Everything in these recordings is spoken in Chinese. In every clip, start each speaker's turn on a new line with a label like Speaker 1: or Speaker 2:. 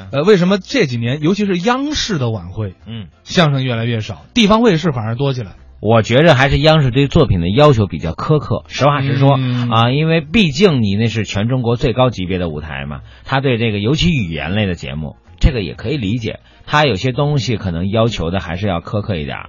Speaker 1: 嗯
Speaker 2: 呃，为什么这几年，尤其是央视的晚会，
Speaker 1: 嗯，
Speaker 2: 相声越来越少，地方卫视反而多起来？
Speaker 1: 我觉着还是央视对作品的要求比较苛刻，实话实说、
Speaker 2: 嗯
Speaker 1: 啊，因为毕竟你那是全中国最高级别的舞台嘛，他对这个尤其语言类的节目，这个也可以理解，他有些东西可能要求的还是要苛刻一点儿。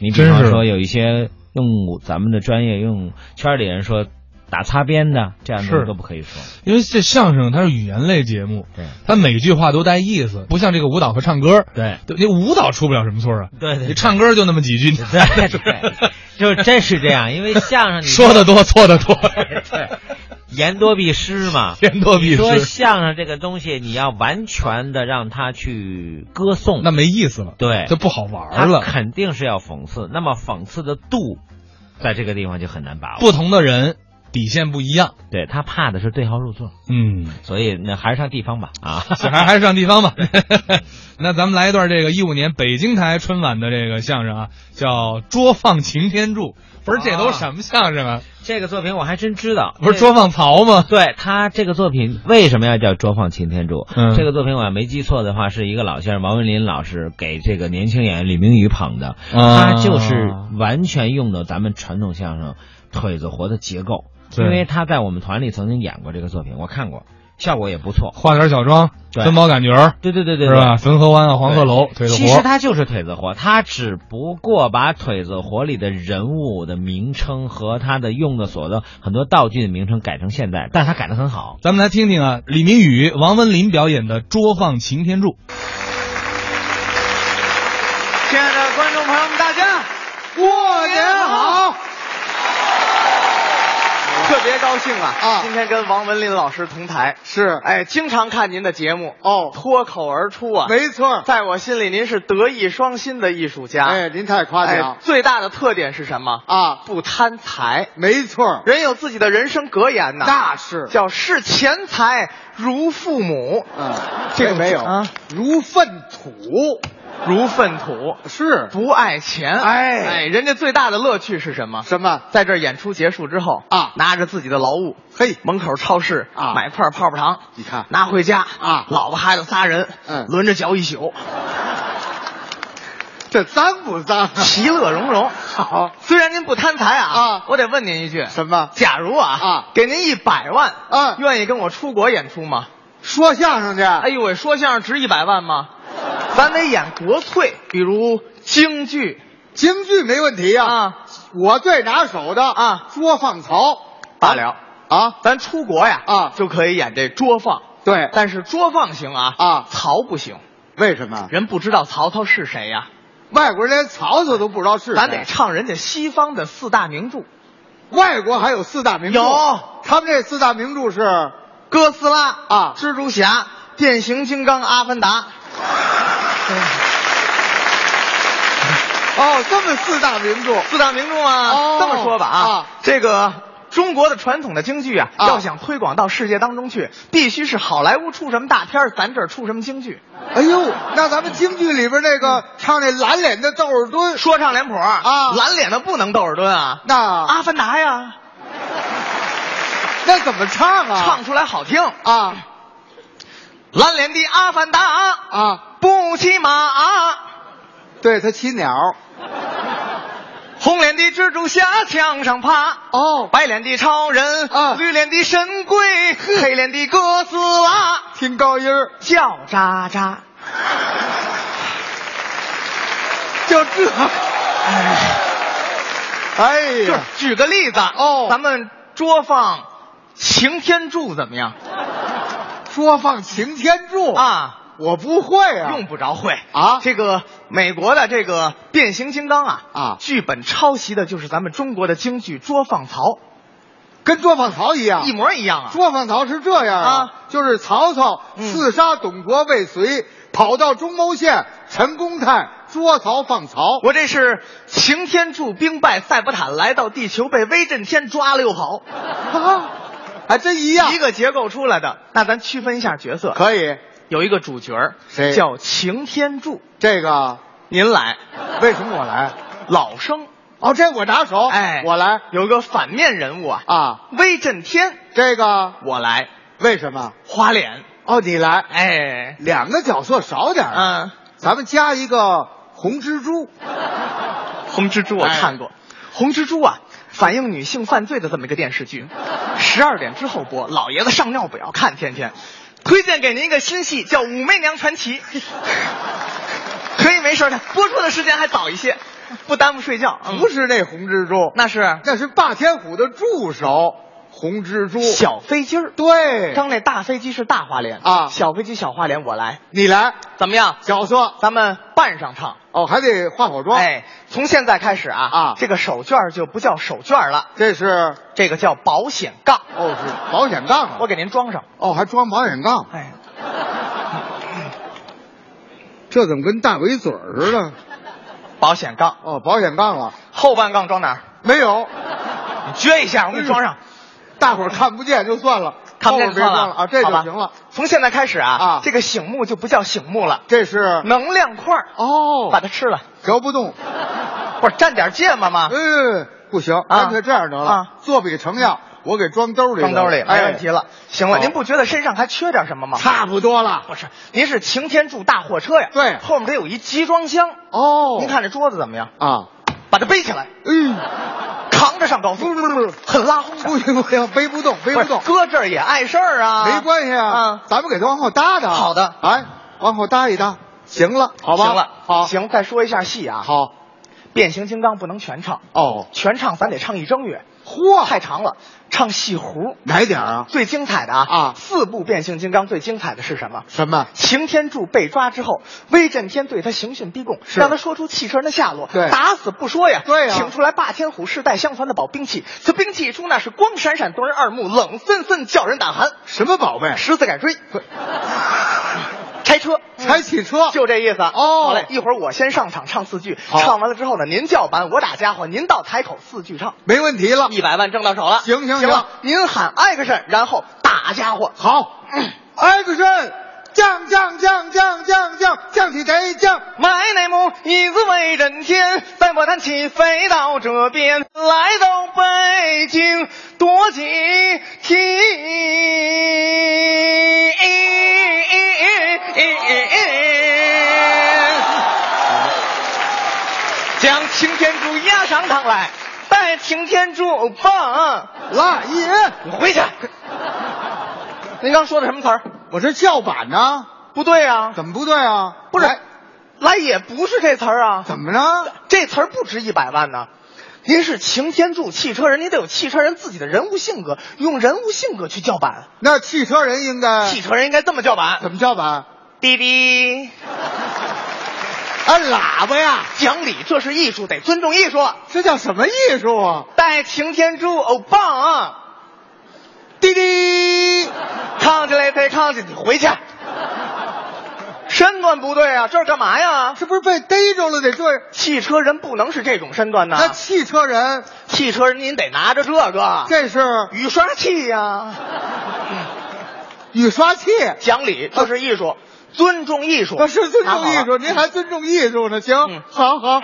Speaker 1: 你比
Speaker 2: 真
Speaker 1: 方
Speaker 2: 是
Speaker 1: 说有一些用咱们的专业用圈里人说打擦边的这样
Speaker 2: 是
Speaker 1: 的都不可以说，
Speaker 2: 因为这相声它是语言类节目，
Speaker 1: 对
Speaker 2: 它每句话都带意思，不像这个舞蹈和唱歌，
Speaker 1: 对
Speaker 2: 对，你舞蹈出不了什么错啊，
Speaker 1: 对对
Speaker 2: 你唱歌就那么几句，你
Speaker 1: 对对，就是真是这样，因为相声你
Speaker 2: 说的多错的多，
Speaker 1: 对，言多必失嘛。
Speaker 2: 言多必
Speaker 1: 你说
Speaker 2: 失，
Speaker 1: 相声这个东西，你要完全的让他去歌颂，
Speaker 2: 那没意思了，
Speaker 1: 对
Speaker 2: 就不好玩
Speaker 1: 他
Speaker 2: 了。
Speaker 1: 肯定是要讽刺。那么讽刺的度，在这个地方就很难把握。
Speaker 2: 不同的人底线不一样，
Speaker 1: 对他怕的是对号入座，
Speaker 2: 嗯，
Speaker 1: 所以那还是上地方吧啊。
Speaker 2: 小孩还 是上地方吧。 那咱们来一段这个一五年北京台春晚的这个相声啊，叫《捉放擎天柱》。
Speaker 1: 啊
Speaker 2: 不是，这都什么相声啊？
Speaker 1: 这个作品我还真知道，
Speaker 2: 不是
Speaker 1: 这
Speaker 2: 捉放曹吗？
Speaker 1: 对他这个作品为什么要叫《捉放擎天柱》？
Speaker 2: 嗯
Speaker 1: 这个作品我要没记错的话，是一个老先生毛文林老师给这个年轻演员李明宇捧的。
Speaker 2: 啊
Speaker 1: 他就是完全用的咱们传统相声腿子活的结构，
Speaker 2: 对
Speaker 1: 因为他在我们团里曾经演过这个作品，我看过，效果也不错。
Speaker 2: 画点小妆，
Speaker 1: 对
Speaker 2: 三毛感觉儿
Speaker 1: 对对对对
Speaker 2: 是
Speaker 1: 对。
Speaker 2: 吧？汾河湾啊，黄鹤楼，腿
Speaker 1: 对
Speaker 2: 子
Speaker 1: 其实
Speaker 2: 活。
Speaker 1: 他就是腿子活，他只不过把腿子活里的人物的名称和他的用的所的很多道具的名称改成现代，但是他改的很好。
Speaker 2: 咱们来听听啊，李明宇、王文林表演的《捉放擎天柱》。
Speaker 3: 亲爱的观众朋友们，大家过年好！ 特别高兴啊！
Speaker 4: 啊
Speaker 3: 今天跟王文林老师同台，
Speaker 4: 是
Speaker 3: 哎，经常看您的节目
Speaker 4: 哦
Speaker 3: 脱口而出啊！
Speaker 4: 没错。
Speaker 3: 在我心里，您是德艺双馨的艺术家。
Speaker 4: 哎，您太夸
Speaker 3: 哎
Speaker 4: 奖，
Speaker 3: 最大的特点是什么？
Speaker 4: 啊！
Speaker 3: 不贪财，
Speaker 4: 没错，
Speaker 3: 人有自己的人生格言呐，
Speaker 4: 嗯那是
Speaker 3: 叫视钱财如父母，
Speaker 4: 嗯，这个没有
Speaker 3: 啊，
Speaker 4: 如粪土
Speaker 3: 如粪土，
Speaker 4: 是
Speaker 3: 不爱钱。
Speaker 4: 哎
Speaker 3: 哎，人家最大的乐趣是什么？
Speaker 4: 什么？
Speaker 3: 在这儿演出结束之后
Speaker 4: 啊
Speaker 3: 拿着自己的劳务，
Speaker 4: 嘿，
Speaker 3: 门口超市
Speaker 4: 啊
Speaker 3: 买块泡泡糖，
Speaker 4: 你看
Speaker 3: 拿回家
Speaker 4: 啊
Speaker 3: 老婆孩子仨人，
Speaker 4: 嗯
Speaker 3: 轮着嚼一宿，
Speaker 4: 这脏不脏？
Speaker 3: 其乐融融。
Speaker 4: 好，
Speaker 3: 虽然您不贪财啊，
Speaker 4: 啊
Speaker 3: 我得问您一句，
Speaker 4: 什么？
Speaker 3: 假如啊
Speaker 4: 啊
Speaker 3: 给您一百万，
Speaker 4: 嗯
Speaker 3: 愿意跟我出国演出吗？
Speaker 4: 说相声去？
Speaker 3: 哎呦喂，说相声值一百万 吗？咱得演国粹，比如京剧
Speaker 4: 京剧没问题啊，
Speaker 3: 啊，
Speaker 4: 我最拿手的
Speaker 3: 啊
Speaker 4: 捉放曹
Speaker 3: 罢了。
Speaker 4: 啊，
Speaker 3: 咱出国呀
Speaker 4: 啊
Speaker 3: 就可以演这捉放，
Speaker 4: 对，
Speaker 3: 但是捉放行啊
Speaker 4: 啊
Speaker 3: 曹不行，
Speaker 4: 为什么？
Speaker 3: 人不知道曹操是谁呀、
Speaker 4: 外国人连曹操都不知道是谁，啊
Speaker 3: 咱得唱人家西方的四大名著：
Speaker 4: 外国还有四大名著，
Speaker 3: 有
Speaker 4: 他们这四大名著是
Speaker 3: 哥斯拉
Speaker 4: 啊
Speaker 3: 蜘蛛侠、变形金刚、阿凡达。
Speaker 4: 哦，这么四大名著，
Speaker 3: 四大名著嘛，
Speaker 4: 哦
Speaker 3: 这么说吧啊，
Speaker 4: 啊
Speaker 3: 这个中国的传统的京剧啊，
Speaker 4: 啊
Speaker 3: 要想推广到世界当中去，必须是好莱坞出什么大片儿，咱这儿出什么京剧。
Speaker 4: 哎呦，那咱们京剧里边那个
Speaker 3: 嗯
Speaker 4: 唱那蓝脸的窦尔敦，
Speaker 3: 说唱脸谱
Speaker 4: 啊
Speaker 3: 蓝脸的不能窦尔敦啊，
Speaker 4: 那、
Speaker 3: 阿凡达呀，
Speaker 4: 那怎么唱啊？
Speaker 3: 唱出来好听。
Speaker 4: 啊
Speaker 3: 蓝脸的阿凡达
Speaker 4: 啊！
Speaker 3: 不骑马，
Speaker 4: 对他骑鸟
Speaker 3: 红脸的蜘蛛侠墙上爬。
Speaker 4: 哦，
Speaker 3: 白脸的超人，
Speaker 4: 啊
Speaker 3: 绿脸的神龟，黑脸的哥斯拉，
Speaker 4: 听高音儿，
Speaker 3: 叫喳喳。
Speaker 4: 就这，哎
Speaker 3: 就
Speaker 4: 呀，
Speaker 3: 举个例子
Speaker 4: 哦
Speaker 3: 咱们桌放擎天柱怎么样
Speaker 4: 说放擎天柱，
Speaker 3: 啊？
Speaker 4: 我不会啊，
Speaker 3: 用不着会
Speaker 4: 哦啊
Speaker 3: 这个美国的这个变形金刚啊
Speaker 4: 啊
Speaker 3: 剧本抄袭的就是咱们中国的京剧《捉放曹
Speaker 4: 跟捉放曹一》，样
Speaker 3: 一。模一样啊。
Speaker 4: 捉放曹是这样
Speaker 3: 啊
Speaker 4: 就是曹操
Speaker 3: 嗯
Speaker 4: 刺杀董卓未遂，跑到中牟县，陈公探捉曹放曹。
Speaker 3: 我这是擎天柱兵败塞伯坦，来到地球被威震天抓了又跑，
Speaker 4: 啊，还真一样
Speaker 3: 一，个结构出来的。那咱区分一下角色，
Speaker 4: 可以。
Speaker 3: 有一个主角儿
Speaker 4: 谁
Speaker 3: 叫擎天柱，
Speaker 4: 这个
Speaker 3: 您来，
Speaker 4: 为什么我来？
Speaker 3: 老生，
Speaker 4: 哦，这我拿手，
Speaker 3: 哎，
Speaker 4: 我来
Speaker 3: 有个反面人物啊，
Speaker 4: 啊。
Speaker 3: 威震天，
Speaker 4: 这个
Speaker 3: 我来，
Speaker 4: 为什么？
Speaker 3: 花脸，
Speaker 4: 哦，你来，
Speaker 3: 哎，
Speaker 4: 两个角色少点儿
Speaker 3: 嗯，
Speaker 4: 咱们加一个红蜘蛛。
Speaker 3: 红蜘蛛我看过，红蜘蛛啊，反映女性犯罪的这么一个电视剧，十二点之后播，老爷子上尿不要看，天天。推荐给您一个新戏，叫《武媚娘传奇》， 可以没事儿看，播出的时间还早一些，不耽误睡觉。嗯
Speaker 4: 不是那红蜘蛛，
Speaker 3: 那是
Speaker 4: 那是霸天虎的助手红蜘蛛。
Speaker 3: 小飞机儿，
Speaker 4: 对，
Speaker 3: 刚那大飞机是大花脸
Speaker 4: 啊
Speaker 3: 小飞机小花脸我来，
Speaker 4: 你来
Speaker 3: 怎么样？
Speaker 4: 角色
Speaker 3: 咱们扮上唱。
Speaker 4: 哦，还得化好妆。，
Speaker 3: 哎，从现在开始啊
Speaker 4: 啊
Speaker 3: 这个手绢儿就不叫手绢儿了，
Speaker 4: 这是
Speaker 3: 这个叫保险杠。
Speaker 4: 哦是保险杠啊
Speaker 3: 我给您装上。
Speaker 4: 哦还装保险杠，
Speaker 3: 哎，
Speaker 4: 这怎么跟大围嘴儿似的？
Speaker 3: 保险杠
Speaker 4: 哦，保险杠了
Speaker 3: 后半杠装哪儿？
Speaker 4: 没有？
Speaker 3: 你撅一下，我给
Speaker 4: 哎
Speaker 3: 你装上。
Speaker 4: 大伙儿看不见就算了，
Speaker 3: 看不见
Speaker 4: 后边
Speaker 3: 就
Speaker 4: 别
Speaker 3: 算
Speaker 4: 装
Speaker 3: 了
Speaker 4: 了啊，这就
Speaker 3: 好吧
Speaker 4: 行了。
Speaker 3: 从现在开始啊，
Speaker 4: 啊
Speaker 3: 这个醒目就不叫醒目了，
Speaker 4: 这是
Speaker 3: 能量块儿，
Speaker 4: 哦
Speaker 3: 嗯把，它啊吃了，
Speaker 4: 嚼不动，
Speaker 3: 不是蘸点芥末吗？
Speaker 4: 嗯，不行，干脆这样得
Speaker 3: 啊
Speaker 4: 了，做笔成药，我给装兜里了，
Speaker 3: 装兜里，没
Speaker 4: 哎
Speaker 3: 问题了。行了，
Speaker 4: 好
Speaker 3: 您不觉得身上还缺点什么吗？
Speaker 4: 差不多了。
Speaker 3: 不是，您是擎天柱大货车呀，
Speaker 4: 对
Speaker 3: 后面得有一集装箱。
Speaker 4: 哦，
Speaker 3: 您看这桌子怎么样？
Speaker 4: 啊，
Speaker 3: 把它背起来，
Speaker 4: 嗯，
Speaker 3: 扛着上高速，
Speaker 4: 不不不不
Speaker 3: 很拉轰的。
Speaker 4: 不行不行，背不动，背
Speaker 3: 不
Speaker 4: 不
Speaker 3: 是
Speaker 4: 嗯动，
Speaker 3: 搁这儿也碍事儿啊，
Speaker 4: 没关系啊
Speaker 3: 啊，，
Speaker 4: 咱们给它往后搭搭。
Speaker 3: 好的
Speaker 4: 哎，往后搭一搭，行了，好吧？
Speaker 3: 行了，
Speaker 4: 好，，
Speaker 3: 行，再说一下戏啊。，
Speaker 4: 好，
Speaker 3: 变形金刚不能全唱，
Speaker 4: 哦，
Speaker 3: 全唱咱得唱一正月，
Speaker 4: 嚯，
Speaker 3: 太长了，唱戏胡。
Speaker 4: 哪点儿啊？
Speaker 3: 最精彩的啊
Speaker 4: 啊
Speaker 3: 四部变形金刚最精彩的是什么？
Speaker 4: 什么？
Speaker 3: 擎天柱被抓之后，威震天对他刑讯逼供，
Speaker 4: 是
Speaker 3: 让他说出汽车人的下落，
Speaker 4: 对
Speaker 3: 打死不说呀，
Speaker 4: 对呀啊
Speaker 3: 请出来霸天虎世代相传的宝兵器，此兵器一出，那是光闪闪夺人耳目，冷森森叫人胆寒，
Speaker 4: 什么宝贝？
Speaker 3: 十字改锥， 拆车，
Speaker 4: 拆嗯汽车？
Speaker 3: 就这意思。
Speaker 4: 哦
Speaker 3: 好嘞，一会儿我先上场唱四句，
Speaker 4: 好
Speaker 3: 唱完了之后呢，您叫板，我打家伙，您到台口四句唱，
Speaker 4: 没问题了。
Speaker 3: 一百万挣到手了。
Speaker 4: 行
Speaker 3: 行
Speaker 4: 行行
Speaker 3: 了，您喊 action，然后打家伙。
Speaker 4: 好，action！降降降降降降降起贼降！
Speaker 3: 买乃木以子为震天，待我弹起飞到这边，来到北京多几天。将擎天柱压上堂来，带擎天柱棒，
Speaker 4: 来也，
Speaker 3: 你回去。您刚说的什么词儿？
Speaker 4: 我这叫板呢？
Speaker 3: 不对啊，
Speaker 4: 怎么不对啊？
Speaker 3: 不是
Speaker 4: 哎，
Speaker 3: 来也不是这词儿啊。
Speaker 4: 怎么了？
Speaker 3: 这词儿不值一百万呢。您是擎天柱汽车人，您得有汽车人自己的人物性格，用人物性格去叫板。
Speaker 4: 那汽车人应该
Speaker 3: 汽车人应该这么叫板：
Speaker 4: 怎么叫板？
Speaker 3: 滴 滴，
Speaker 4: 按喇叭呀，
Speaker 3: 讲理，这是艺术，得尊重艺术。
Speaker 4: 这叫什么艺术啊？
Speaker 3: 带擎天柱，哦棒啊！
Speaker 4: 滴滴，
Speaker 3: 扛起来再扛起，你回 去。身段不对啊，这是干嘛呀？
Speaker 4: 这不是被逮着了得这样？
Speaker 3: 汽车人不能是这种身段
Speaker 4: 那
Speaker 3: 呐。
Speaker 4: 汽车人
Speaker 3: 汽车人您得拿着这个
Speaker 4: 这是
Speaker 3: 雨刷器呀、
Speaker 4: 雨刷器，
Speaker 3: 讲理，这是艺 术，尊重艺术。
Speaker 4: 那是尊
Speaker 3: 拿好
Speaker 4: 重
Speaker 3: 了
Speaker 4: 艺术，您还尊重艺术呢？
Speaker 3: 嗯
Speaker 4: 行，好好，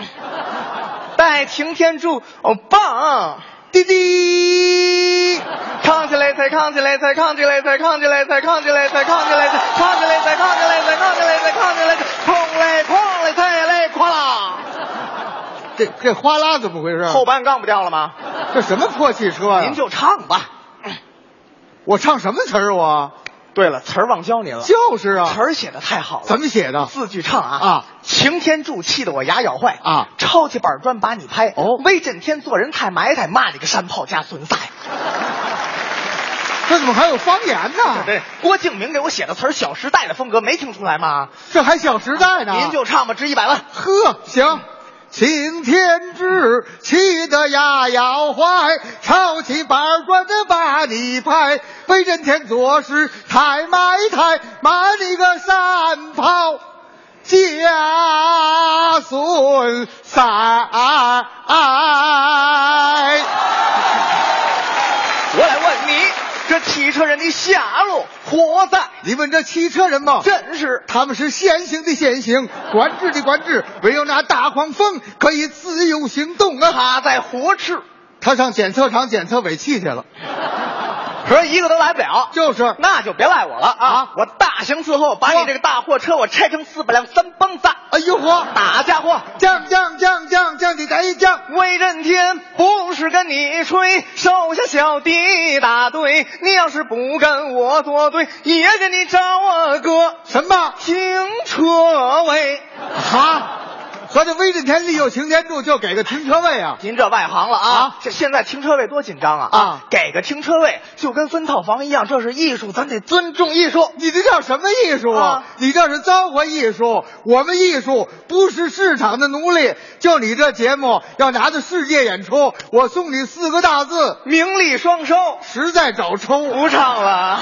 Speaker 3: 拜擎天柱，哦棒！
Speaker 4: 滴滴，
Speaker 3: 扛起来，再扛起来，再扛起来，再扛起来，再扛起来，再扛起来，再扛起来，再扛起来，再扛起来，再扛起来，哐嘞哐嘞，再嘞哐啦！
Speaker 4: 这这哗啦怎么回事？啊
Speaker 3: 后半杠不掉了吗？
Speaker 4: 这什么破汽车呀？
Speaker 3: 您就唱吧。
Speaker 4: 我唱什么词儿？我
Speaker 3: 对了，词儿忘教您了，
Speaker 4: 就是啊，
Speaker 3: 词儿写的太好了。
Speaker 4: 怎么写的？
Speaker 3: 四句唱啊
Speaker 4: 啊！
Speaker 3: 擎天柱气得我牙咬坏
Speaker 4: 啊
Speaker 3: 抄起板砖把你拍
Speaker 4: 哦
Speaker 3: 威震天做人太埋汰，骂你个山炮加损塞。
Speaker 4: 这怎么还有方言呢？
Speaker 3: 对，哎郭敬明给我写的词儿，《小时代》的风格没听出来吗？
Speaker 4: 这还《小时代》呢？
Speaker 3: 您就唱吧，值一百万。
Speaker 4: 呵，行。擎天志气得牙咬坏，抄起板砖的把你拍，威震天做事太埋汰，骂你个山炮加损塞。
Speaker 3: 我来问你，这汽车人的下落活在
Speaker 4: 你问这汽车人吧，
Speaker 3: 真是
Speaker 4: 他们是限行的限行，管制的管制，唯有那大黄蜂可以自由行动啊！
Speaker 3: 他在活吃，
Speaker 4: 他上检测厂检测尾气去了。
Speaker 3: 可是一个都来不了，
Speaker 4: 就是
Speaker 3: 那就别赖我了啊！
Speaker 4: 啊
Speaker 3: 我大刑伺候，把
Speaker 4: 嚯
Speaker 3: 你这个大货车我拆成四百辆三蹦子，
Speaker 4: 哎呦呵，
Speaker 3: 打家伙！
Speaker 4: 降降降降降你来降，
Speaker 3: 威震天不是跟你吹，手下小弟打对，你要是不跟我作对，爷给你找我哥
Speaker 4: 什么？
Speaker 3: 停车位。
Speaker 4: 哈，合着威震天利诱擎天柱就给个停车位啊？
Speaker 3: 您这外行了啊
Speaker 4: 啊！
Speaker 3: 这、现在停车位多紧张啊！
Speaker 4: 啊
Speaker 3: 给个停车位就跟分套房一样，这是艺术，咱得尊重艺术。
Speaker 4: 你这叫什么艺术啊？
Speaker 3: 啊
Speaker 4: 你这是脏活艺术。我们艺术不是市场的奴隶。就你这节目要拿到世界演出，我送你四个大字：
Speaker 3: 名利双收，
Speaker 4: 实在找抽。
Speaker 3: 不唱了。